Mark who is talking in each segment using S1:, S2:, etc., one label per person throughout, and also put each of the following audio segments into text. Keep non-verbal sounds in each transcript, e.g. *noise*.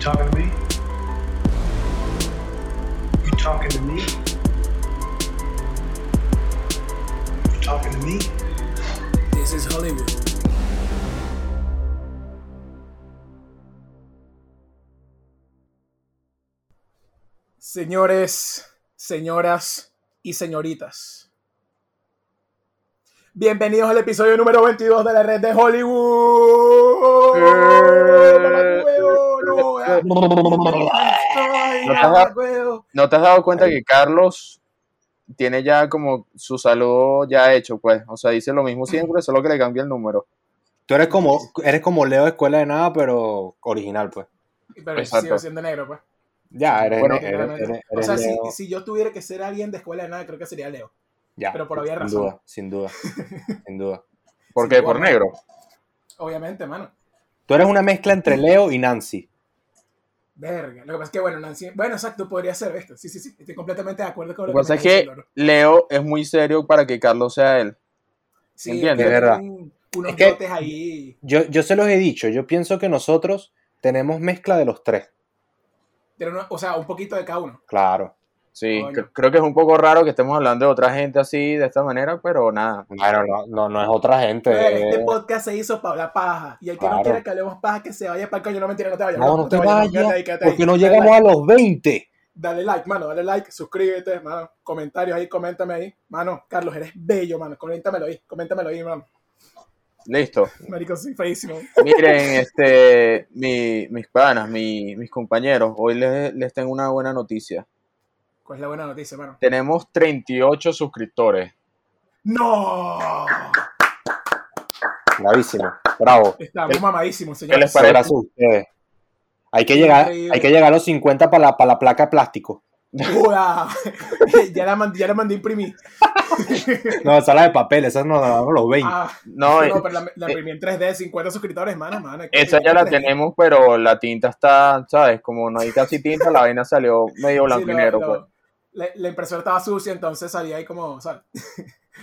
S1: talking to me? You talking to me? You talking to me?
S2: This is Hollywood. Señores, señoras y señoritas. Bienvenidos al episodio número 22 de la red de Hollywood.
S3: Eh.
S2: Huevo, no,
S4: ¿No te has
S2: Ay,
S4: dado-
S2: huevo.
S4: ¿No te has dado cuenta que Carlos tiene ya como su saludo ya hecho, pues? O sea, dice lo
S2: *clears throat*
S4: mismo siempre, solo que le cambia el número.
S3: Tú eres como, eres como Leo Escuela de Nada, pero original, pues.
S2: Pero
S4: Exacto.
S2: sigo siendo negro, pues.
S3: Ya, eres,
S4: Bueno,
S3: eres- eres-
S2: claramente. O
S3: eres
S2: sea, si,
S3: Leo.
S2: si yo tuviera que ser alguien de escuela de nada, creo que sería Leo.
S3: Ya,
S2: pero por obvias
S3: sin
S2: razones.
S3: duda,
S2: *laughs*
S3: sin duda, sin duda.
S4: ¿Por
S2: Sí,
S4: qué?
S2: bueno.
S4: ¿Por negro?
S2: Obviamente, mano.
S3: Tú eres una mezcla entre Leo y Nancy.
S2: Verga. Lo que pasa es que, bueno, Nancy. Bueno, exacto, podría ser esto. Sí, sí, sí. Estoy completamente de acuerdo con
S4: Lo
S2: lo
S4: que pasa es
S2: me dice
S4: que
S2: Loro.
S4: Leo es muy serio para que Carlos sea él.
S2: Sí,
S4: entiendo.
S2: tiene
S3: Es verdad.
S2: un- unos
S3: Es que-
S2: dotes ahí.
S3: Yo, yo se los he dicho, yo pienso que nosotros tenemos mezcla de los tres.
S2: pero no- o sea, un poquito de cada uno.
S3: Claro.
S4: Sí,
S2: Coño.
S4: cre- creo que es un poco raro que estemos hablando de otra gente así, de esta manera, pero nada.
S3: Bueno, no, no, no es otra gente.
S2: Pero este
S3: eh.
S2: podcast se hizo para hablar paja. Y el que no
S3: Claro.
S2: quiera que hablemos paja, que se vaya para el coño. No mentira, no te vayas.
S3: No, no te
S2: quédate
S3: vayas,
S2: ahí, quédate ahí.
S3: porque no
S2: Dale
S3: llegamos
S2: like,
S3: a los 20.
S2: Dale like, mano. Dale like, suscríbete, mano. Comentarios ahí, coméntame ahí. Mano, Carlos, eres bello, mano. Coméntamelo ahí, coméntamelo ahí, mano. *laughs*
S4: Listo.
S2: Marico, sí, feísimo. *laughs*
S4: Miren, este, mi- mis panas, mi- mis compañeros, hoy les, les tengo una buena noticia.
S2: ¿Cuál es la buena noticia, mano?
S4: Tenemos 38 suscriptores.
S2: ¡No!
S3: Bravísimo, bravo.
S2: Estamos mamadísimos,
S4: ¿Qué
S2: señores.
S4: les parece?
S3: Abrazo a ustedes. Hay que llegar,
S2: Increíble.
S3: hay que llegar a los 50 para la, para la placa de plástico.
S2: Joda. *laughs* ya, la mandé, ya la mandé a imprimir.
S3: No, esa es la de papel, esa nos la damos los 20.
S2: Ah,
S4: No,
S3: eh,
S2: no, pero la, la imprimí en 3D, 50 suscriptores, mano, mano.
S4: Esa ya la
S2: 3D.
S4: tenemos, pero la tinta está, ¿sabes? Como no hay casi tinta, la vaina salió medio blanco
S2: Sí,
S4: y
S2: lo-
S4: negro.
S2: lo-
S4: pues.
S2: la, la impresora estaba sucia, entonces salía ahí como, ¿sabes?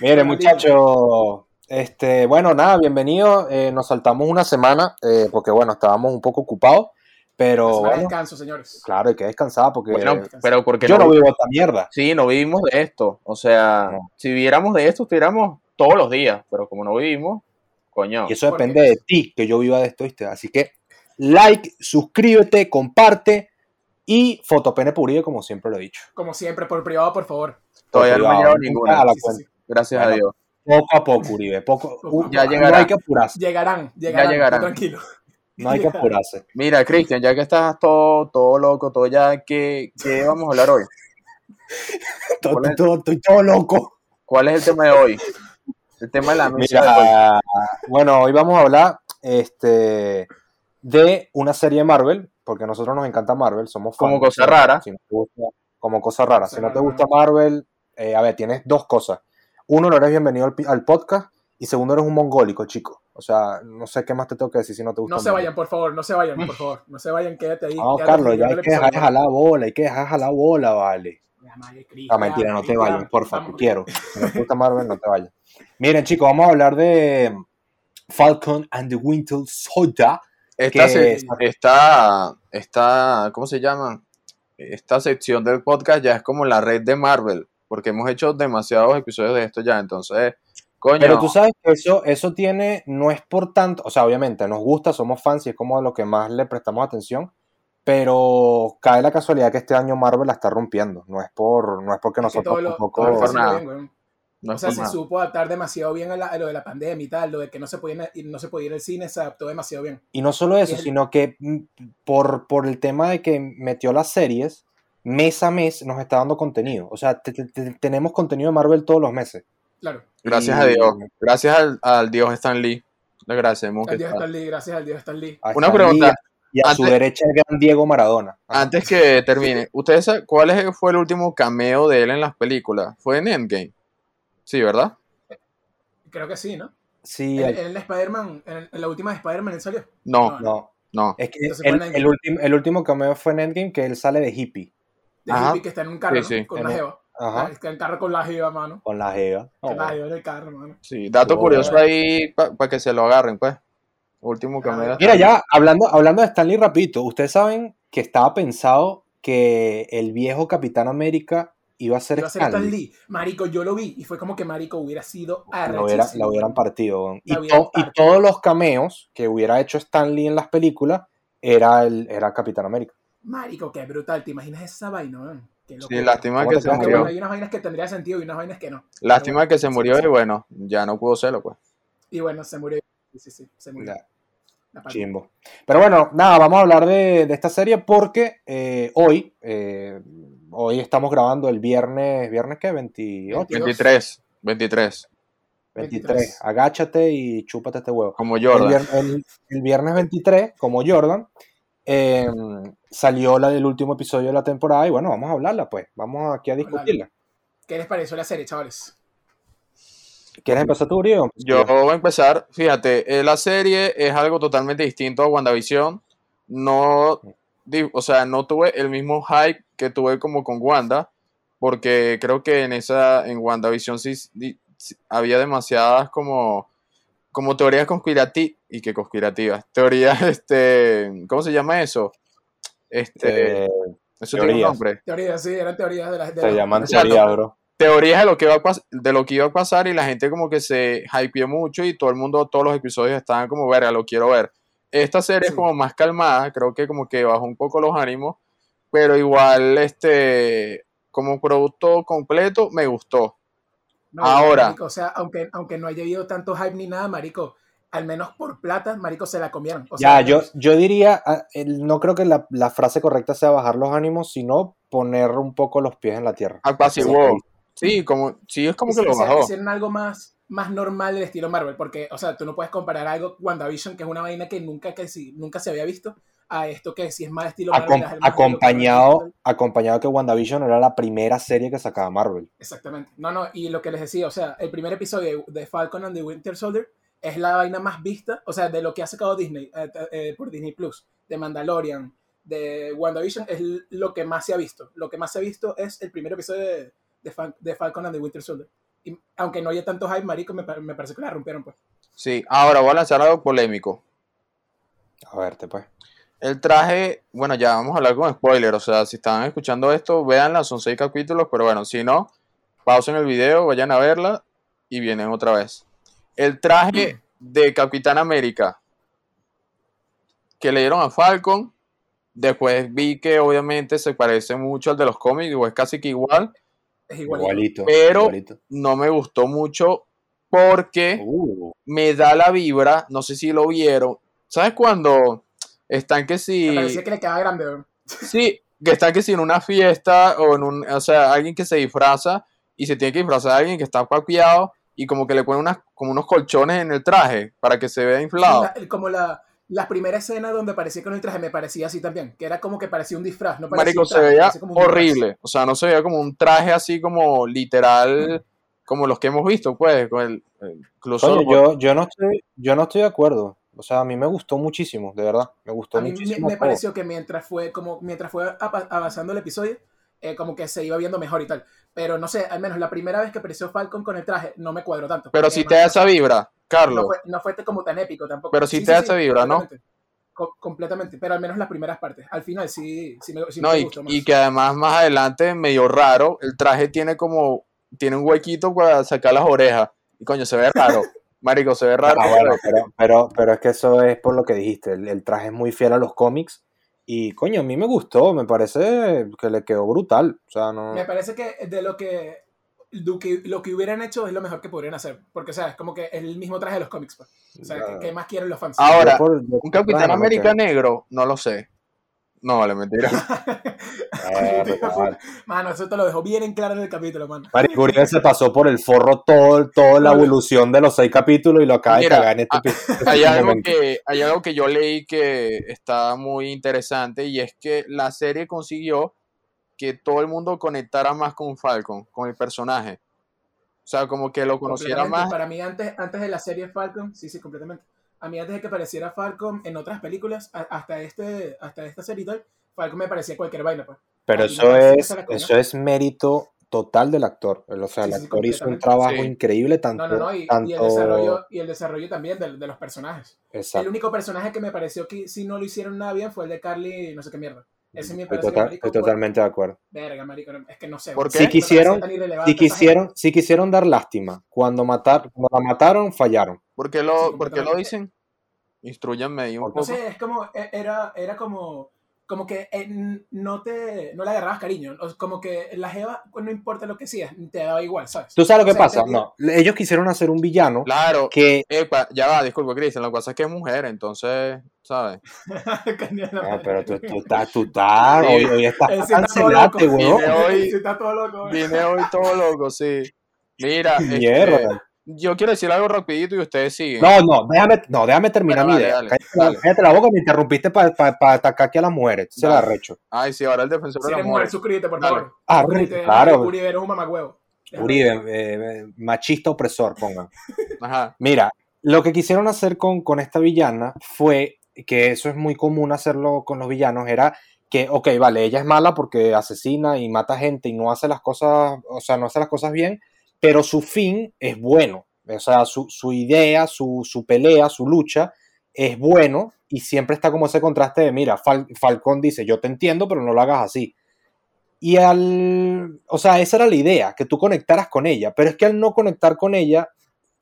S3: Mire,
S2: Bueno,
S3: muchachos, este, bueno, nada, bienvenido. eh, nos saltamos una semana eh, porque, bueno, estábamos un poco ocupados,
S2: La
S3: pero
S2: semana de
S3: Oh, bueno,
S2: descanso, señores.
S3: claro, hay que descansar porque
S4: Bueno,
S2: descansar.
S4: pero porque
S3: yo
S4: no,
S3: no vivo esta mierda.
S4: sí, no vivimos de esto. O sea,
S3: No.
S4: si viviéramos de esto, estuviéramos todos los días, pero como no vivimos, coño.
S3: Y eso
S2: Porque-
S3: depende de ti, que yo viva de esto, ¿viste? Así que, like, suscríbete, comparte y fotopene purido, como siempre lo he dicho.
S2: Como siempre, por privado, por favor.
S4: Todavía no me
S3: Cuidado,
S4: llegado
S3: nunca
S4: ninguna.
S3: a Ah, la
S2: Sí, sí,
S3: cuenta.
S2: sí.
S4: Gracias a
S3: Bueno,
S4: Dios.
S3: Poco a poco,
S2: *laughs*
S3: Uribe, poco. uh,
S2: Poco a
S4: Ya
S3: no
S4: llegará.
S3: hay que apurarse,
S2: Llegarán, llegarán.
S4: llegarán.
S2: Tranquilo.
S3: no hay que
S2: Llegarán. *laughs*
S3: apurarse.
S4: Mira, Cristian, ya que estás todo, todo loco, todo ya, ¿qué, qué vamos a hablar hoy?
S3: Estoy estoy todo- estoy todo loco.
S4: ¿Cuál es el tema de hoy? El tema de la mesa de hoy.
S3: Mira, bueno, hoy vamos a hablar este, de una serie de Marvel, porque a nosotros nos encanta Marvel, somos fans.
S4: Como cosa
S3: Si-
S4: rara.
S3: si no te gusta- como cosa rara.
S2: Cosa
S3: Si no te
S2: rara.
S3: gusta Marvel, eh, a ver, tienes dos cosas. Uno, no eres bienvenido al, pi- al podcast, y segundo, eres un mongólico, chico. O sea, no sé qué más te tengo que decir si no te gusta
S2: No se
S3: Marvel.
S2: vayan, por favor, no se vayan, por favor. No se vayan, quédate ahí.
S3: Mm. No,
S2: quédate
S3: Carlos,
S2: escuchando
S3: ya hay
S2: el
S3: que dejar de
S2: episodio.
S3: jalar bola, hay que dejar de jalar bola, vale.
S2: La madre Cristo,
S3: Ah, mentira, no te
S2: Cristo,
S3: vayas, porfa, te
S2: vamos.
S3: quiero. Si no te gusta Marvel, no te vayas. Miren, chicos, vamos a hablar de mm, Falcon and the Winter Soldier.
S4: Esta,
S3: que-
S4: se- esta- esta- ¿cómo se llama? Esta sección del podcast ya es como la red de Marvel, porque hemos hecho demasiados episodios de esto ya, entonces, coño,
S3: Pero tú sabes que eso, eso tiene, no es por tanto, o sea, obviamente nos gusta, somos fans y es como a lo que más le prestamos atención, pero cae la casualidad que este año Marvel la está rompiendo. No es por, no es porque
S2: Es que
S3: nosotros
S2: todo lo-
S3: tampoco.
S2: todo lo
S4: por
S2: que se
S4: nada.
S2: ve, weón.
S4: no
S2: O
S4: es
S2: sea,
S4: por
S2: se
S4: nada.
S2: supo adaptar demasiado bien a, la- a lo de la pandemia y tal, lo de que no se podía, ir- no se podía ir al cine, se adaptó demasiado bien.
S3: Y no solo eso,
S2: Y el-
S3: sino que mm, por, por el tema de que metió las series, mes a mes nos está dando contenido. O sea, te- te- te- tenemos contenido de Marvel todos los meses.
S2: Claro.
S4: gracias a
S3: Y-
S4: Dios, gracias al, al Dios Stan Lee, le agradecemos. que
S2: Al Dios
S4: está-
S2: Stan Lee, gracias al Dios Stan Lee.
S3: a
S4: Una
S3: Stan
S4: pregunta,
S3: Lee, Y a su
S4: antes-
S3: derecha el gran Diego Maradona. Ah, Ajá.
S4: Antes que termine, ¿ustedes saben cuál es- fue el último cameo de él en las películas? Fue en Endgame, sí, ¿verdad?
S2: Creo que sí, ¿no?
S3: Sí,
S2: En,
S3: el-
S2: en el Spider-Man, en, en la última de Spider-Man, él salió.
S4: No,
S3: no.
S4: no,
S3: Es que
S2: Entonces fue
S3: el,
S2: en Endgame.
S3: el último, el último cameo fue en Endgame que él sale de hippie.
S2: De
S4: Ajá.
S2: hippie que está en un carro,
S4: Sí,
S2: ¿no?
S4: sí.
S2: Con una
S3: En-
S2: jeva.
S3: Ajá.
S2: Ah, Está en el carro con la jeva, mano.
S3: Con la Jeva. Oh,
S2: Con la jeva en el carro, mano.
S4: sí, dato
S3: Oh.
S4: curioso ahí para que se lo agarren, pues. Último cameo. de
S2: Ah,
S4: Stan
S3: Mira, ya, hablando, hablando de Stanley rapidito, ustedes saben que estaba pensado que el viejo Capitán América iba a ser
S2: Iba a ser
S3: Stan
S2: Stan
S3: Lee.
S2: Lee. Marico, yo lo vi y fue como que Marico hubiera sido
S3: La, hubiera-
S2: arrechísimo.
S3: la hubieran partido. weón. Y,
S2: La hubieran
S3: to- y
S2: partido.
S3: todos los cameos que hubiera hecho Stan Lee en las películas era, el, era Capitán América.
S2: Marico, qué brutal. ¿Te imaginas esa vaina, weón? Qué
S4: Sí,
S2: locura.
S4: lástima
S3: ¿Cómo
S4: que
S3: te
S4: se
S3: quedas
S2: Porque,
S4: murió.
S2: bueno, hay unas vainas que tendría sentido y unas vainas que no.
S4: Lástima
S2: Pero
S4: que se
S2: sí,
S4: murió
S2: sí.
S4: y bueno, ya no pudo serlo, pues.
S2: Y bueno, se murió. Sí, sí, sí, se murió.
S3: Ya,
S2: La parte.
S3: chimbo. Pero bueno, nada, vamos a hablar de, de esta serie porque eh, hoy, eh, hoy estamos grabando el viernes, ¿viernes qué? 28,
S4: 23, 23,
S3: 23.
S2: 23.
S3: Agáchate y chúpate este huevo.
S4: como
S3: El
S4: Jordan.
S3: viernes, el- el viernes 23, como Jordan, eh, salió la, el último episodio de la temporada y bueno, vamos a hablarla pues, vamos aquí a discutirla.
S2: ¿Qué les pareció la serie, chavales?
S3: ¿Quieres empezar tú, Uribe? o empiezo
S4: Yo voy a empezar, fíjate, eh, la serie es algo totalmente distinto a WandaVision. No, di- o sea, no tuve el mismo hype que tuve como con Wanda, porque creo que en esa, en WandaVision sí, di- sí había demasiadas como, como teorías conspirativas, y que conspirativas, *laughs* teorías, este, ¿cómo se llama eso? Este,
S3: Eh,
S4: eso tiene un
S3: teorías.
S4: nombre.
S2: Teorías, sí, eran teorías de las. de
S3: se
S2: las-
S3: llaman
S2: de las-
S3: teoría, bro.
S4: teorías de lo que iba a pas- de lo que iba a pasar y la gente como que se hypeó mucho y todo el mundo, todos los episodios estaban como, verga, lo quiero ver. Esta serie es
S2: Sí.
S4: como más calmada, creo que como que bajó un poco los ánimos, pero igual este como producto completo me gustó.
S2: No,
S4: Ahora.
S2: marico, o sea, aunque, aunque no haya habido tanto hype ni nada, Marico, al menos por plata, Marico se la comieron. O
S3: Ya,
S2: sea,
S3: yo, yo diría, ah, el- no creo que la, la frase correcta sea bajar los ánimos, sino poner un poco los pies en la tierra.
S2: Ah,
S4: Apaciguó. Sí, como sí es como que lo
S2: Hicieron-
S4: bajó.
S2: Hicieron algo más, más normal del estilo Marvel, porque, o sea, tú no puedes comparar algo, WandaVision, que es una vaina que nunca, que sí, nunca se había visto, a esto que sí es más estilo Marvel.
S3: Acom-
S2: es el más estilo
S3: acompañado,
S2: Marvel.
S3: acompañado que WandaVision era la primera serie que sacaba Marvel.
S2: Exactamente. No, no, y lo que les decía, o sea, el primer episodio de Falcon and the Winter Soldier es la vaina más vista, o sea, de lo que ha sacado Disney eh, eh, por Disney Plus, de Mandalorian, de WandaVision, es lo que más se ha visto. Lo que más se ha visto es el primer episodio de, de Fal- de Falcon and the Winter Soldier. Y aunque no haya tanto hype, marico, me, pa- me parece que la rompieron, pues.
S4: Sí, ahora voy a lanzar algo polémico.
S3: A verte, pues.
S4: El traje, bueno, ya vamos a hablar con spoiler, o sea, si están escuchando esto, véanla, son seis capítulos, pero bueno, si no, pausen el video, vayan a verla y vienen otra vez. El traje de Capitán América que le dieron a Falcon, después vi que obviamente se parece mucho al de los cómics, o es casi que igual,
S2: Es igual.
S3: Igualito.
S4: Pero-
S3: igualito.
S4: no me gustó mucho porque
S3: Uh,
S4: me da la vibra, no sé si lo vieron, ¿sabes cuando están que si...
S2: Me parecía que le quedaba grande, weón.
S4: Sí, que está que si en una fiesta o en un, o sea, alguien que se disfraza y se tiene que disfrazar a alguien que está papiado y como que le pone unas, como unos colchones en el traje para que se vea inflado.
S2: La- el- como la, la primera escena donde aparecía con el traje me parecía así también, que era como que parecía un disfraz, no parecía
S4: Marico,
S2: un
S4: se
S2: traje,
S4: veía
S2: parecía como un disfraz.
S4: horrible. O sea, no se veía como un traje así como literal, como los que hemos visto, pues, con el, el incluso
S3: coño,
S4: los-
S3: yo, yo, no estoy, yo no estoy de acuerdo. O sea, a mí me gustó muchísimo, de verdad. Me gustó
S2: A mí me,
S3: muchísimo.
S2: me
S3: todo.
S2: pareció que mientras fue como mientras fue apa- avanzando el episodio, eh, como que se iba viendo mejor y tal. Pero no sé, al menos la primera vez que apareció Falcon con el traje no me cuadró tanto.
S4: pero
S2: Eh,
S4: si
S2: más-
S4: te da esa vibra, Carlos.
S2: no fue, no fue este como tan épico tampoco.
S4: Pero sí te da esa vibra, ¿no?
S2: completamente. Co- completamente, pero al menos las primeras partes. Al final sí, sí me, sí
S4: No,
S2: me
S4: y,
S2: gustó más.
S4: y que además más adelante, medio raro, el traje tiene como, tiene un huequito para sacar las orejas. Y coño, se ve
S2: *laughs*
S4: raro. Marico, se ve raro.
S3: Ah, bueno, pero, pero, pero es que eso es por lo que dijiste. El, el traje es muy fiel a los cómics. Y coño, a mí me gustó. Me parece que le quedó brutal. O sea, no.
S2: Me parece que de lo que, lo que lo que hubieran hecho es lo mejor que podrían hacer. Porque, o sea, es como que es el mismo traje de los cómics. pues. O sea, ¿qué, qué más quieren los fans?
S4: Ahora,
S3: Yo por- yo
S4: Un
S3: por
S4: Capitán
S3: traje no me
S4: América
S3: quedo.
S4: negro, no lo sé. No, vale,
S3: *laughs*
S4: mentira.
S3: Verga, chaval.
S2: Mano, eso te lo dejo bien en claro en el capítulo, mano.
S3: Marico Uribe se pasó por el forro todo, toda la
S2: No, no.
S3: evolución de los seis capítulos y lo acaba de
S4: Mira,
S3: cagar en este
S4: ah,
S3: episodio.
S4: *laughs* Hay algo,
S3: momento.
S4: que, hay algo que yo leí que está muy interesante y es que la serie consiguió que todo el mundo conectara más con Falcon, con el personaje. O sea, como que lo conociera
S2: Completamente.
S4: más.
S2: Para mí, antes, antes de la serie Falcon, sí, sí, completamente. A mí, antes de que apareciera Falcon en otras películas, a- hasta, este, hasta esta serie y tal, Falcon me parecía cualquier vaina, pues.
S3: Pero
S2: Al final
S3: eso
S2: parece que
S3: es,
S2: se la comió.
S3: eso es mérito total del actor. O sea, el
S2: Sí, sí,
S3: actor hizo un
S2: completamente.
S3: trabajo
S4: Sí.
S3: increíble, tanto.
S2: No, no, no, y, y
S3: tanto...
S2: el, desarrollo, y el desarrollo también de, de los personajes.
S3: Exacto.
S2: El único personaje que me pareció que si no lo hicieron nada bien fue el de Carly, no sé qué mierda. Ese es mi
S3: Estoy,
S2: parecer,
S3: total-
S2: marico,
S3: estoy totalmente de acuerdo.
S2: pues, Verga, marico, no- es que no sé.
S4: ¿Por
S2: güey.
S4: qué?
S2: Me parece
S4: Si
S3: quisieron-
S2: tan irrelevante
S3: Si
S2: esta
S3: quisieron, si quisieron dar lástima, cuando, matar, cuando la mataron, fallaron.
S4: ¿Por qué lo,
S2: Sí,
S4: por qué lo
S2: completamente.
S4: dicen? Instruyanme ahí un
S3: No
S2: No
S4: poco.
S2: sé, es como, e- era, era como, como que eh, n- no te, no le agarrabas cariño, o como que la jeva, pues, no importa lo que hacías, te daba igual, ¿sabes?
S3: ¿Tú sabes lo
S2: O
S3: que
S2: sea,
S3: pasa?
S2: te-
S3: No, ellos quisieron hacer un villano
S4: Claro.
S3: que...
S4: Epa, ya va, disculpa, Cristian. Lo que pasa es que es mujer, entonces, ¿sabes?
S2: *laughs* Coño, la
S3: No,
S2: madre.
S3: Ah, pero tú,
S2: *laughs*
S3: tú estás, tú estás, hoy, hoy estás
S2: Él sí
S3: para
S2: está todo
S3: cancelarte,
S2: loco.
S3: weón.
S4: Dime hoy-
S2: Sí, está todo loco, güey.
S4: Vine hoy todo loco, sí.
S3: *laughs*
S4: Mira, este,
S3: Mierda.
S4: yo quiero decir algo rapidito y ustedes siguen.
S3: No, no, déjame, no, déjame terminar
S4: Bueno,
S3: mi
S4: dale,
S3: idea.
S4: dale,
S3: cállate, la-
S4: dale.
S3: cállate la boca, me interrumpiste para atacar aquí a las mujeres. Se la
S4: Dale.
S3: recho.
S4: Ay, sí, ahora el defensor
S2: Si
S4: de la
S2: eres
S4: mujer.
S2: mujer, suscríbete, por
S4: Dale.
S2: favor.
S3: Ah,
S2: Suscríbete,
S3: claro.
S2: Uribe, eres un mamagüevo. Déjalo.
S3: Uribe, eh, eh, machista opresor, pongan.
S4: Ajá.
S3: Mira, lo que quisieron hacer con, con esta villana fue que eso es muy común hacerlo con los villanos, era que, ok, vale, ella es mala porque asesina y mata gente y no hace las cosas, o sea, no hace las cosas bien, pero su fin es bueno. O sea, su, su idea, su, su pelea, su lucha es bueno y siempre está como ese contraste de, mira, Fal- Falcón dice, yo te entiendo, pero no lo hagas así. Y al, o sea, esa era la idea, que tú conectaras con ella, pero es que al no conectar con ella,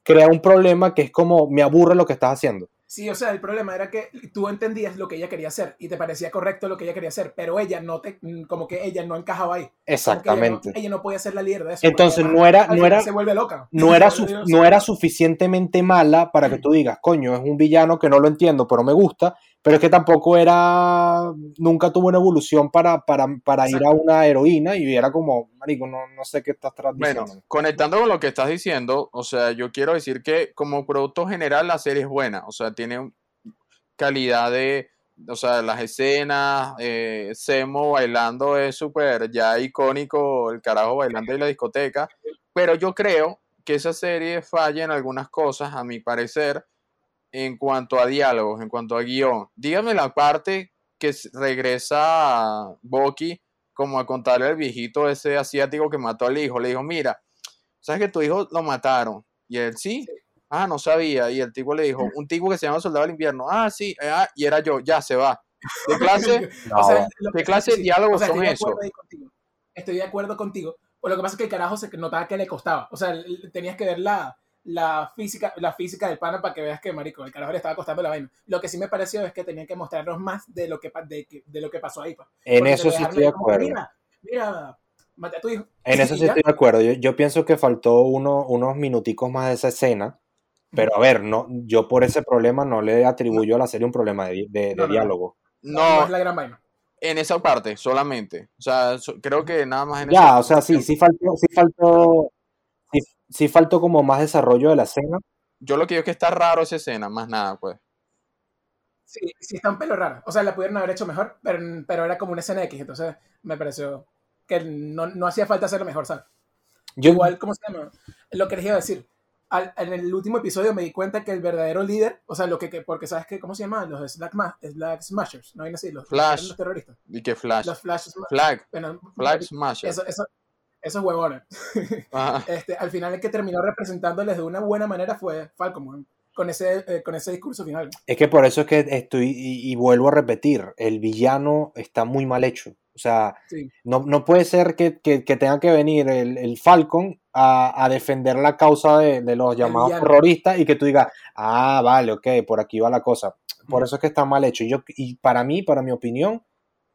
S3: crea un problema que es como, me aburre lo que estás haciendo.
S2: Sí, o sea, el problema era que tú entendías lo que ella quería hacer y te parecía correcto lo que ella quería hacer, pero ella no te, mm, como que ella no encajaba ahí. Como que
S3: Exactamente.
S2: Ella no, ella no podía ser la líder de eso. porque
S3: Entonces
S2: además,
S3: no era,
S2: al
S3: no
S2: final
S3: era,
S2: Se vuelve loca.
S3: no
S2: Se *laughs*
S3: era,
S2: vuelve
S3: su-
S2: loca.
S3: no era suficientemente mala para que tú digas, coño, es un villano que no lo entiendo, pero me gusta, pero es que tampoco era, nunca tuvo una evolución para, para, para ir a una heroína y era como, marico, no, no sé qué estás
S4: Bueno,
S3: transmitiendo.
S4: conectando con lo que estás diciendo, o sea, yo quiero decir que como producto general la serie es buena, o sea, tiene un- calidad de, o sea, las escenas, eh, Semo bailando es súper ya icónico, el carajo bailando en la discoteca, pero yo creo que esa serie falla en algunas cosas, a mi parecer, en cuanto a diálogos, en cuanto a guión. Dígame la parte que s- regresa Bucky como a contarle al viejito ese asiático que mató al hijo. Le dijo, mira, ¿sabes que tu hijo lo mataron? Y él, sí. Ah, no sabía. Y el tipo le dijo, un tipo que se llama Soldado del Invierno. Ah, sí. eh, ah", y era yo, ya se va. ¿Qué clase?
S3: No,
S2: O sea, lo
S4: ¿Qué
S2: que-
S4: clase de
S2: sí,
S4: diálogos
S2: o sea,
S4: son
S2: estoy de
S4: esos?
S2: acuerdo ahí contigo. Estoy de acuerdo contigo. Pues lo que pasa es que el carajo se notaba que le costaba. O sea, l- tenías que ver la, la física, la física del pana para que veas que, marico, el carajo le estaba costando la vaina. Lo que sí me pareció es que tenían que mostrarnos más de lo que, pa- de, que- de lo que pasó ahí. pa.
S3: en
S2: Porque te
S3: eso
S2: lo
S3: sí
S2: dejaron
S3: estoy de
S2: ahí como que,
S3: acuerdo.
S2: Mira, mira, mate a tu hijo.
S3: En eso
S2: Y
S3: sí
S2: ya.
S3: estoy de acuerdo. Yo, yo pienso que faltó uno, unos minuticos más de esa escena, pero a ver, no, yo por ese problema no le atribuyo a la serie un problema de, de- de
S2: No, no, no.
S3: diálogo.
S2: No,
S4: No,
S2: es la gran vaina.
S4: en esa parte solamente. O sea, so- creo que nada más en esa
S3: Ya, o sea, sí,
S4: parte.
S3: sí faltó, sí faltó, sí, sí faltó como más desarrollo de la escena.
S4: Yo lo que digo es que está raro esa escena, más nada, pues.
S2: Sí, sí está un pelo raro. O sea, la pudieron haber hecho mejor, pero, pero era como una escena X. Entonces me pareció que no, no hacía falta hacerlo mejor, ¿sabes?
S3: Yo,
S2: Igual, ¿cómo se llama? Lo que les iba a decir. Al- en el último episodio me di cuenta que el verdadero líder, o sea, lo que, que- porque sabes que, ¿cómo se llama? Los Slack, Ma- Slack Smashers, ¿no? Hay así, los,
S4: Flash.
S2: eran los terroristas.
S4: Y que Flash.
S2: Los Flash Smashers.
S4: Flag.
S2: Bueno,
S4: Flag Smasher.
S2: eso- eso- esos huevones.
S4: Ajá.
S2: Este, al final el que terminó representándoles de una buena manera fue Falcon, weón, con ese, eh, con ese discurso final.
S3: es que por eso es que estoy, y, y vuelvo a repetir, el villano está muy mal hecho. O sea,
S2: Sí.
S3: no, no puede ser que, que- que tenga que venir el, el Falcon a, a defender la causa de, de los llamados
S2: villano.
S3: terroristas y que tú digas, ah, vale, ok, por aquí va la cosa. Por
S2: Mm.
S3: eso es que está mal hecho. Y, yo, y para mí, para mi opinión,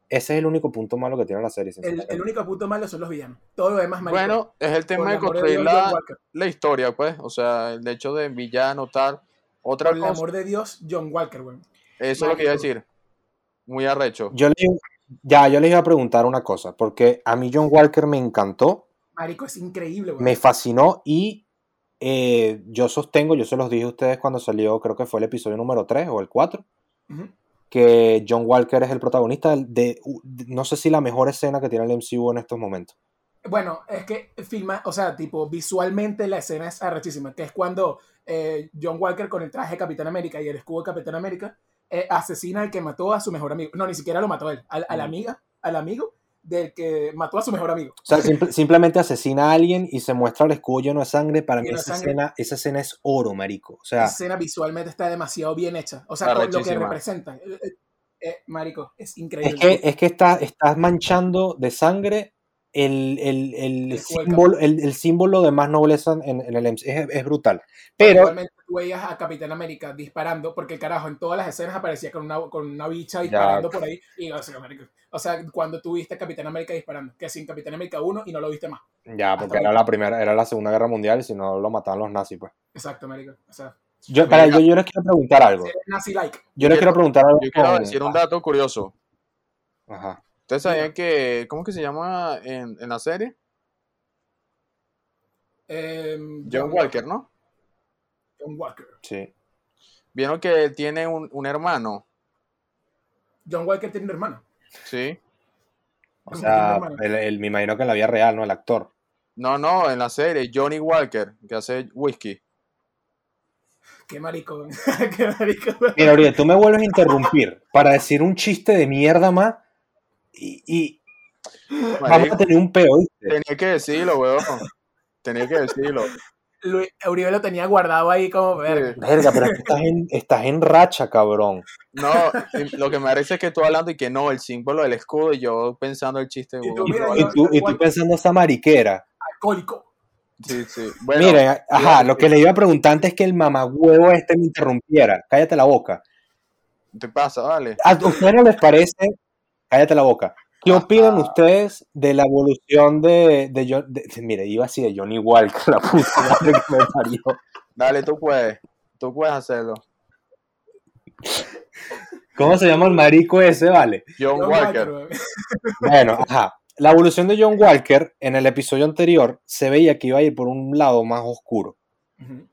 S3: ese es el único punto malo que tiene la serie.
S2: El,
S3: sinceramente.
S2: el único punto malo son los villanos. Todo lo demás marico.
S4: Bueno, es el
S2: Por
S4: tema de
S2: el amor
S4: construir
S2: Dios, John
S4: la,
S2: Walker.
S4: la historia, pues. O sea, el hecho de villano, tal. Otra
S2: Por el
S4: cosa,
S2: amor de Dios, John Walker, weón.
S4: eso es lo que iba a
S2: Marico.
S4: decir. Muy arrecho.
S3: Yo les, ya, yo les iba a preguntar una cosa, porque a mí John Walker me encantó,
S2: Marico, es increíble, weón.
S3: me fascinó y eh, yo sostengo, yo se los dije a ustedes cuando salió, creo que fue el episodio número 3 o el 4,
S2: Ujú.
S3: que John Walker es el protagonista de, de- no sé si la mejor escena que tiene el MCU en estos momentos.
S2: Bueno, es que filma, o sea, tipo, visualmente la escena es arrechísima, que es cuando eh, John Walker con el traje de Capitán América y el escudo de Capitán América eh, asesina al que mató a su mejor amigo. No, ni siquiera lo mató él, al, a la
S3: Mm.
S2: amiga, al amigo del que mató a su mejor amigo.
S3: O sea, simple- simplemente asesina a alguien y se muestra el escudo lleno de sangre. Para mí
S2: Lleno de
S3: esa
S2: sangre.
S3: escena, esa escena es oro, marico. O
S2: La
S3: sea,
S2: escena visualmente está demasiado bien hecha. O sea, con lo que
S4: Arrechísima.
S2: representa. Eh, eh, eh, marico, es increíble.
S3: Es que, es que estás, estás manchando de sangre el, el, el
S2: El cuello.
S3: símbolo, el, el símbolo de más nobleza en, en el MC. Es, es brutal. Pero,
S2: Igualmente tú veías a Capitán América disparando, porque el carajo en todas las escenas aparecía con una, con una bicha disparando por ahí. Y, o, sea, marico, o sea, cuando tú viste a Capitán América disparando, que sin Capitán América 1 y no lo viste más.
S3: ya, porque era la primera, era la Segunda Guerra Mundial y si no lo mataban los nazis, pues.
S2: Exacto, marico. O sea, eh,
S3: Yo, para,
S4: Venga.
S3: yo, yo les quiero preguntar algo.
S2: eres nazi-like.
S3: Yo les quiero preguntar algo.
S4: Yo quiero
S3: con-
S4: decir un dato curioso.
S3: Ajá.
S4: ¿Ustedes sabían que, cómo es que se llama en, en la serie?
S2: Eh,
S4: John Walker, ¿no?
S2: John Walker.
S3: Sí.
S4: Vieron que él tiene un, un hermano,
S2: John Walker tiene un hermano.
S4: ¿sí?
S3: O
S2: ¿Cómo
S3: sea,
S2: que tiene
S3: el, el- me imagino que en la vida real, ¿no? El actor.
S4: No, no, en la serie, Johnny Walker, que hace whisky.
S2: Qué marico. *laughs* Qué marico.
S3: Mira, Uriel, tú me vuelves a interrumpir para decir un chiste de mierda más y, y vamos
S4: Marico,
S3: a tener un peo, *laughs* ¿viste?
S4: tenía que decirlo, weón. Tenía que
S2: *laughs*
S4: decirlo.
S2: Luis- Uribe lo tenía guardado ahí como verga.
S3: Verga, pero es que estás en, estás en racha, cabrón.
S4: No, y lo que me parece es que tú hablando y que no, el símbolo del escudo y yo pensando el chiste.
S2: Y tú,
S4: weón,
S3: Y,
S2: mira,
S4: no,
S3: y tú, y tú pensando esa mariquera.
S2: Alcohólico.
S4: sí, sí. Bueno,
S3: Miren, ajá, lo que le iba a preguntar antes es que el mamagüevo este me interrumpiera. Cállate la boca.
S4: te pasa, vale.
S3: ¿A ustedes no les parece? Cállate la boca. ¿Qué opinan ustedes de la evolución de, de, John- de- de- Mire, iba así de Johnny Walker, la puta madre que me parió.
S4: Dale, tú puedes. Tú puedes hacerlo.
S3: ¿Cómo se llama el marico ese, vale?
S4: John,
S2: John
S4: Walker.
S2: weón.
S3: Bueno, ajá. La evolución de John Walker en el episodio anterior se veía que iba a ir por un lado más oscuro.
S2: Ujú.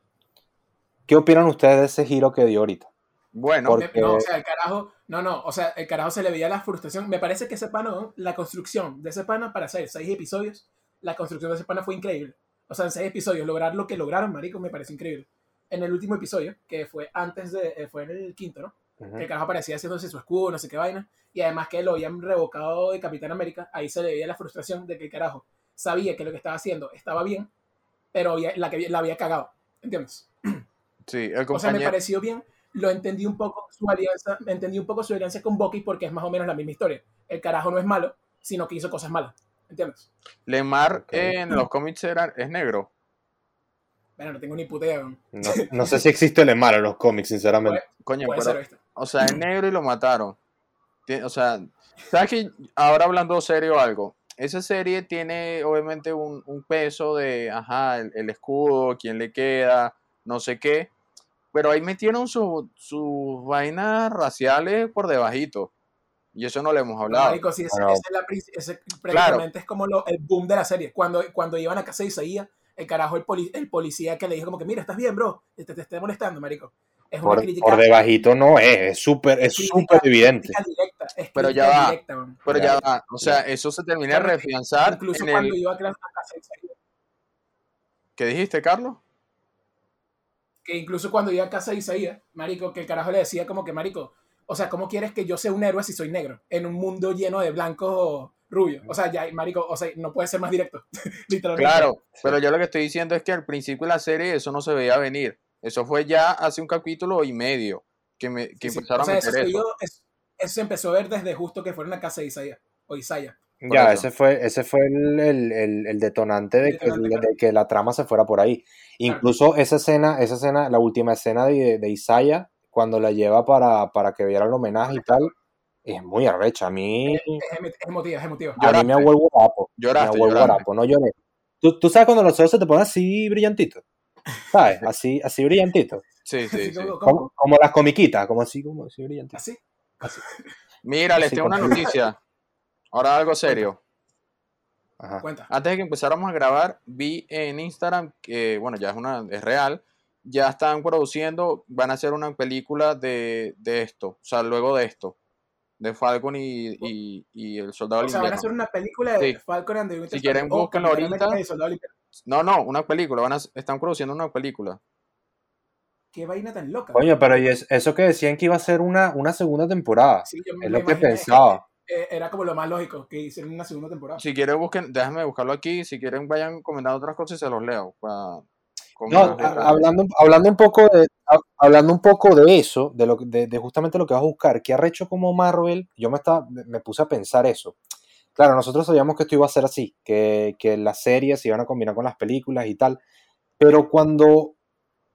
S3: ¿Qué opinan ustedes de ese giro que dio ahorita?
S4: Bueno,
S3: Por-
S2: No,
S3: Eh,
S2: o sea, el carajo, no, no, o sea, el carajo se le veía la frustración. Me parece que ese pana, ¿no? la construcción de ese pana para hacer seis episodios, la construcción de ese pana fue increíble. O sea, en seis episodios, lograr lo que lograron, marico, me parece increíble. En el último episodio, que fue antes de, eh, fue en el quinto, ¿no? Que el carajo aparecía haciéndose su escudo, no sé qué vaina, y además que lo habían revocado de Capitán América, ahí se le veía la frustración de que el carajo sabía que lo que estaba haciendo estaba bien, pero había- la, que, la había cagado, ¿entiendes?
S4: sí,
S2: O
S4: el
S2: sea, me
S4: compañero.
S2: pareció bien. Lo entendí un poco su alianza, me entendí un poco su alianza con Bucky porque es más o menos la misma historia. El carajo no es malo, sino que hizo cosas malas. ¿Entiendes?
S4: Lemar
S3: Ok.
S4: en los cómics era, es negro.
S2: Bueno, no tengo ni puta idea. weón.
S3: No, no sé si existe el mal en los cómics, sinceramente.
S4: Coño,
S2: Puede
S4: pero,
S2: ser esto.
S4: o sea, es negro y lo mataron. Ti- O sea, ¿sabes que Ahora hablando serio algo. Esa serie tiene obviamente un, un peso de, ajá, el, el escudo, quién le queda, no sé qué. Pero ahí metieron su- sus vainas raciales por debajito. Y eso no le hemos hablado.
S2: Marico, sí, ese-
S3: Claro.
S2: ese es la prin- ese prácticamente es como lo- el boom de la serie. Cuando, cuando iban a casa de Isaías, el carajo, el, poli- el policía que le dijo como que, mira, estás bien, bro, te, te, te estoy molestando, marico. Es una
S3: Por,
S2: crítica,
S3: por debajito no es, es súper es
S2: Crítica.
S3: súper evidente.
S2: crítica directa. Es
S4: Pero ya
S2: crítica
S4: va.
S2: directa, weón.
S4: Pero ya
S3: Claro,
S4: va, o sea, eso se termina de
S2: Claro,
S4: refianzar
S2: Incluso
S4: en
S2: cuando
S4: el...
S2: iba a casa de Isaías.
S4: ¿Qué dijiste, Carlos?
S2: que incluso cuando iba a casa de Isaías, marico, que el carajo le decía como que, marico, o sea, ¿cómo quieres que yo sea un héroe si soy negro? En un mundo lleno de blancos o rubios. O sea, ya, marico, o sea, no puede ser más directo. *laughs* Literalmente.
S4: Claro, pero yo lo que estoy diciendo es que al principio de la serie eso no se veía venir. Eso fue ya hace un capítulo y medio que, me, que
S2: Sí, sí.
S4: empezaron
S2: O sea,
S4: a
S2: eso,
S4: meter
S2: se
S4: eso.
S2: vio- es- eso se empezó a ver desde justo que fueron a casa de Isaías. O Isaías.
S4: Por
S3: Ya,
S4: eso.
S3: ese fue, ese fue el, el- el- el detonante de, que,
S2: Detonante,
S3: la-
S2: claro.
S3: de que la trama se fuera por ahí. Incluso esa escena, esa escena, la última escena de, de Isaiah, cuando la lleva para, para que viera el homenaje y tal, es muy arrecha. A mí,
S2: Es, emo- es emotiva, es emotiva.
S3: a mí me
S4: lloraste.
S3: vuelvo guapo.
S4: Lloraste,
S3: me vuelvo
S4: lloraste.
S3: guapo, no lloré. ¿Tú, tú sabes cuando los ojos se te ponen así brillantitos, ¿sabes? Así, así brillantitos.
S4: Sí, sí,
S2: *laughs* Así
S4: sí.
S2: como- como-
S3: Como, como las comiquitas, como así, como así brillantitos.
S2: así.
S4: Mira, les
S3: Así
S4: tengo una
S3: como-
S4: noticia. Ahora algo serio.
S3: Ajá.
S2: Cuenta.
S4: Antes de que empezáramos a grabar, vi en Instagram que, bueno, ya es una, es real, ya están produciendo, van a hacer una película de, de esto, o sea, luego de esto, de Falcon y, y- y el Soldado
S2: O
S4: del
S2: sea, van a
S4: Invierno.
S2: hacer una película de
S4: Ah, Sí.
S2: Falcon and the Winter
S4: Si quieren,
S2: Soldier o
S4: búsquenlo
S2: Capitán
S4: ahorita.
S2: América y Soldado Invierno.
S4: No, no, una película, van a, están produciendo una película.
S2: Qué vaina tan loca.
S3: Coño, pero ¿y es- eso que decían que iba a ser una, una segunda temporada.
S2: Sí, yo me
S3: Es lo que
S2: imaginé.
S3: pensaba.
S2: Eh, Era como lo más lógico que hicieron una segunda temporada.
S4: Si quieren, busquen, déjame buscarlo aquí. Si quieren, vayan comentando otras cosas y se los leo. pa- con
S3: No,
S4: unas
S3: a-
S4: letras.
S3: hablando, hablando, un poco de, ha- hablando un poco de eso, de, lo, que- de, de justamente lo que vas a buscar, ¿qué ha hecho como Marvel? Yo me, estaba, me me puse a pensar eso. Claro, nosotros sabíamos que esto iba a ser así, que, que las series se iban a combinar con las películas y tal, pero cuando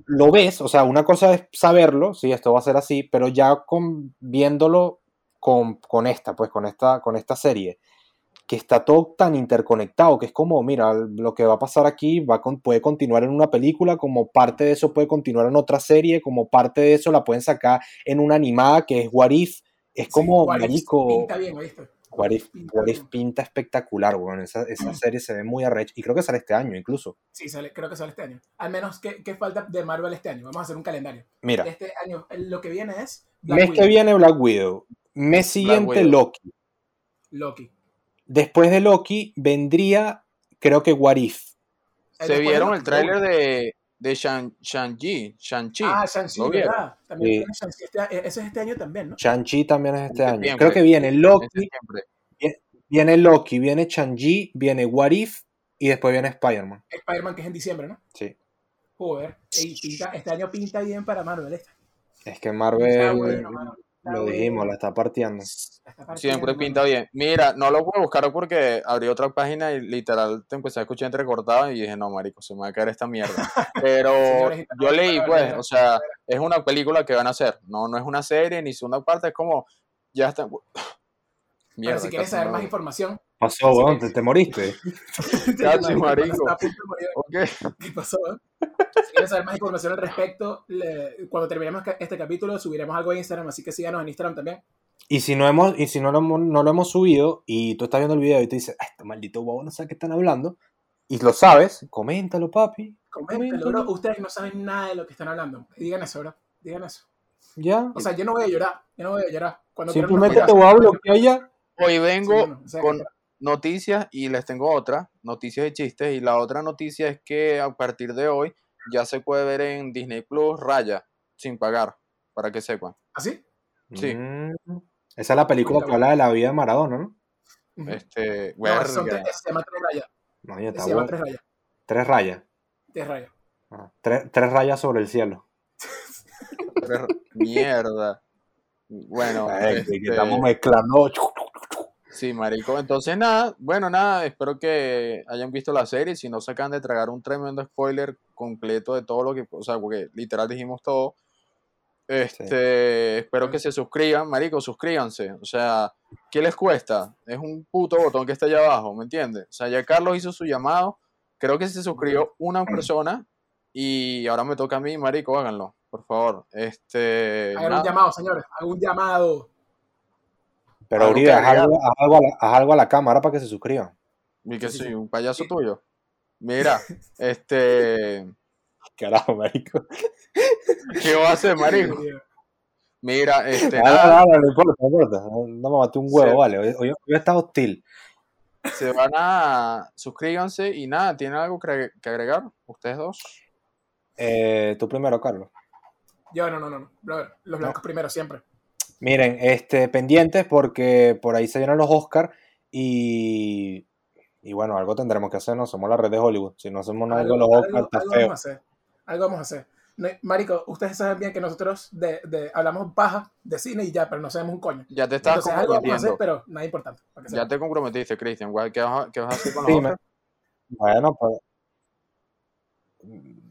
S3: lo ves, o sea, una cosa es saberlo, sí, esto va a ser así, pero ya con, viéndolo con, con esta, pues con esta, con esta serie, que está todo tan interconectado, que es como, mira, lo que va a pasar aquí va con- puede continuar en una película, como parte de eso puede continuar en otra serie, como parte de eso la pueden sacar en una animada que es What If, es como,
S2: What If
S3: marico,
S2: Pinta bien, ¿oíste?
S3: What If,
S2: Pinta
S3: What If
S2: bien.
S3: pinta espectacular, weón. Esa,
S2: Mm.
S3: esa serie se ve muy arrecha. Y creo que sale este año incluso.
S2: Sí, sale- creo que sale este año. Al menos, ¿qué, qué falta de Marvel este año? Vamos a hacer un calendario.
S3: Mira,
S2: Este año, eh, lo que viene es Black
S3: mes que
S2: Widow,
S3: viene Black Widow. Mes siguiente
S4: Widow.
S3: Loki.
S2: Loki. Eh,
S3: Después de Loki vendría, creo que What If.
S2: después
S4: Se
S2: de
S4: vieron
S2: Black
S4: el tráiler
S2: Widow.
S4: de, de Shang- Shang-Chi. Shang-Chi.
S2: Ah, Shang-Chi,
S4: ¿Lo vieron?
S2: ¿verdad? También
S3: Sí.
S2: viene Shang-Chi este a- eh, ese es este año también, ¿no?
S3: Shang-Chi también es este
S4: En
S3: año.
S4: septiembre.
S3: Creo que
S2: eh,
S3: viene
S4: En
S3: Loki,
S2: este
S4: septiembre.
S3: viene Loki, viene Shang-Chi, viene What If y después viene Spider-Man.
S2: Spider-Man, que es en diciembre, ¿no?
S3: Sí.
S2: Joder. Ey, pinta, este año pinta bien para Marvel. Este.
S3: Es que
S2: Está
S3: Marvel,
S2: bueno, mano. Está
S3: lo dijimos,
S2: bueno.
S3: la está partiendo.
S2: La está partiendo,
S4: Siempre
S2: mano.
S4: pinta bien. Mira, no lo pude buscar porque abrí otra página y literal te empecé a escuchar entrecortado y dije, no, marico, se me va a caer esta
S2: *laughs*
S4: mierda. Pero
S2: Señores,
S4: yo leí,
S2: para
S4: pues,
S2: ver.
S4: o sea, es una película que van a hacer. No, no es una serie ni segunda parte, es como, ya está.
S2: Ahora,
S4: Mierda,
S2: si quieres
S4: casi
S2: saber
S4: no-
S2: más información, *laughs*
S3: Pasó,
S2: Sí.
S3: weón, te, te moriste.
S4: Cacho, marico.
S2: Está a punto de morir.
S4: Ok.
S2: ¿Qué pasó? eh? Si quieres saber más información al respecto, le- cuando terminemos ca- este capítulo subiremos algo a Instagram, así que síganos en Instagram también.
S3: Y si no hemos, y si no lo hemos, no lo hemos subido, y tú estás viendo el video y te dices, "Ah, este maldito bobo no sabe qué están hablando, y lo sabes, coméntalo, papi.
S2: Coméntalo, bro. Ustedes no saben nada de lo que están hablando. Digan eso, bro. Digan eso.
S3: Ya.
S2: O sea, yo no voy a llorar. Yo no voy a llorar. Cuando quieran
S3: Simplemente
S2: nos
S3: te
S2: cuidamos.
S3: voy a bloquear ya.
S4: Hoy
S2: Sí,
S4: vengo
S2: bueno, o sea,
S4: con noticias y les tengo otra, noticias y chistes. Y la otra noticia es que a partir de hoy ya se puede ver en Disney Plus Raya sin pagar, para que sepan.
S2: ¿Así?
S4: Sí.
S3: Mm. Esa es la película que habla de la vida de Maradona, ¿no?
S2: Ujú.
S4: Este,
S2: No, eso son
S4: verga.
S2: tres- se llama tres rayas.
S3: No, ya está
S2: Se llama
S3: bueno.
S2: tres rayas.
S3: Tres rayas.
S2: Tres rayas.
S3: Ah, Tres, tres rayas sobre el cielo.
S4: Pero- Mierda. Bueno,
S3: Ay, que- que
S4: este,
S3: estamos mezclando.
S4: sí, marico. Entonces, nada, bueno, nada, espero que hayan visto la serie. Si no se acaban de tragar un tremendo spoiler completo de todo lo que, o sea, porque literal dijimos todo. Este, espero que se suscriban, marico, suscríbanse. O sea, ¿qué les cuesta? Es un puto botón que está allá abajo, ¿me entiendes? O sea, ya Carlos hizo su llamado. Creo que se suscribió una persona y ahora me toca a mí, marico, háganlo, por favor. Este,
S2: Hagan
S4: nada.
S2: un llamado, señores. Hagan un llamado.
S3: Pero
S4: algo
S3: Uribe,
S4: que
S3: haz algo, haz algo a la, haz algo a la cámara para que se suscriban. *laughs*
S4: Y que
S2: Sí, sí,
S4: soy
S2: sí.
S4: un payaso
S2: Sí.
S4: tuyo.
S2: *laughs*
S4: Mira, este.
S3: Carajo, marico.
S4: ¿Qué va a hacer, marico?
S2: Eh,
S4: Mira, este.
S3: Dale,
S4: nada,
S3: dale, no importa, no importa. No, no me maté un huevo,
S4: Sí.
S3: vale. Hoy, hoy, hoy está hostil.
S4: se van a. Suscríbanse y nada, ¿tienen algo que agre- que agregar? Ustedes dos.
S3: Eh, tú primero, Carlos.
S2: Yo, no, no, no. no. Brother, los blancos primero, siempre.
S3: Miren, este, pendientes porque por ahí se vienen los Oscars y, y bueno, algo tendremos que hacer, no somos la red de Hollywood. Si no hacemos nada con los Oscars,
S2: algo-
S3: está
S2: algo
S3: feo.
S2: vamos a hacer. Algo vamos a hacer. No, Marico, ustedes saben bien que nosotros de, de- hablamos paja de cine y ya, pero no sabemos un coño.
S4: Ya te estás
S2: Entonces algo vamos a hacer,
S4: comprometiendo.
S2: pero nada importante. para que
S4: Ya
S2: sepan.
S4: te comprometiste, Cristian. güey, ¿Qué vas a, qué vas a hacer con
S3: Sí,
S4: los
S3: me-
S4: Oscars?
S3: Bueno, pues.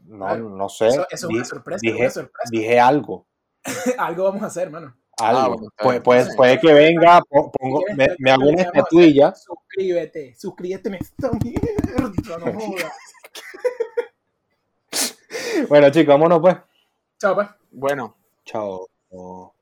S3: No,
S2: Claro.
S3: no sé.
S2: Eso, eso es una
S3: Di-
S2: sorpresa,
S3: dije,
S2: una sorpresa.
S3: dije algo.
S2: *laughs* algo vamos a hacer, mano.
S3: algo.
S4: Ah, bueno, está
S3: Pu-
S4: bien.
S3: puede,
S2: Entonces,
S3: puede que venga, po- pongo,
S2: Si quieres,
S3: me,
S2: te-
S3: me hago
S2: te
S3: una
S2: llamo,
S3: estatuilla.
S2: Suscríbete, suscríbete en esta mierda, *laughs* no jodas.
S3: Bueno, chicos, vámonos pues.
S2: Chao, pues.
S4: Bueno.
S3: Chao.